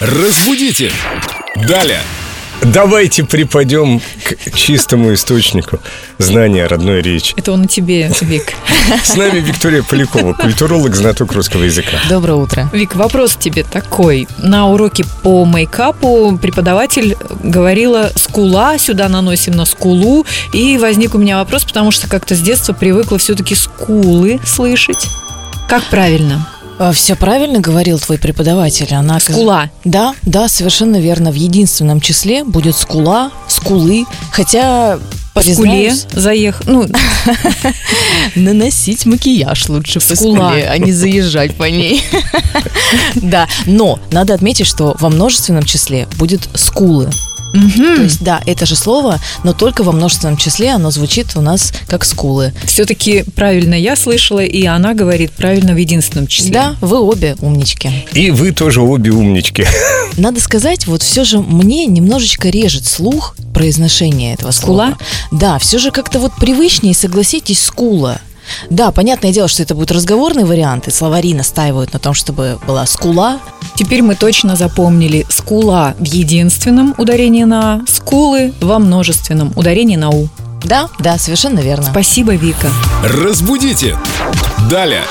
Разбудите! Далее! Давайте припадем к чистому источнику знания родной речи. Это он о тебе, Вик. С нами Виктория Полякова, культуролог, знаток русского языка. Доброе утро. Вик, вопрос тебе такой. На уроке по мейкапу преподаватель говорила «скула», сюда наносим на скулу. И возник у меня вопрос, потому что как-то с детства привыкла все-таки скулы слышать. Как правильно? Все А, правильно говорил твой преподаватель. Она оказ- Скула. Да, да, совершенно верно. В единственном числе будет скула, скулы. Хотя, По скуле признаюсь, заехал. Ну, наносить макияж лучше по Скула. скуле, а не заезжать по ней. Да, но надо отметить, что во множественном числе будет скулы. То есть, да, это же слово, но только во множественном числе оно звучит у нас как скулы. все-таки правильно я слышала, и она говорит правильно в единственном числе. Да, вы обе умнички. И вы тоже обе умнички. Надо сказать, вот все же мне немножечко режет слух произношение этого Скула? слова. Да, все же как-то вот привычнее, согласитесь, скула. Да, понятное дело, что это будет разговорный вариант, и словари настаивают на том, чтобы была скула. Теперь мы точно запомнили скула в единственном ударении на «а», скулы во множественном ударении на «у». Да, да, совершенно верно. Спасибо, Вика. Разбудите! Далее!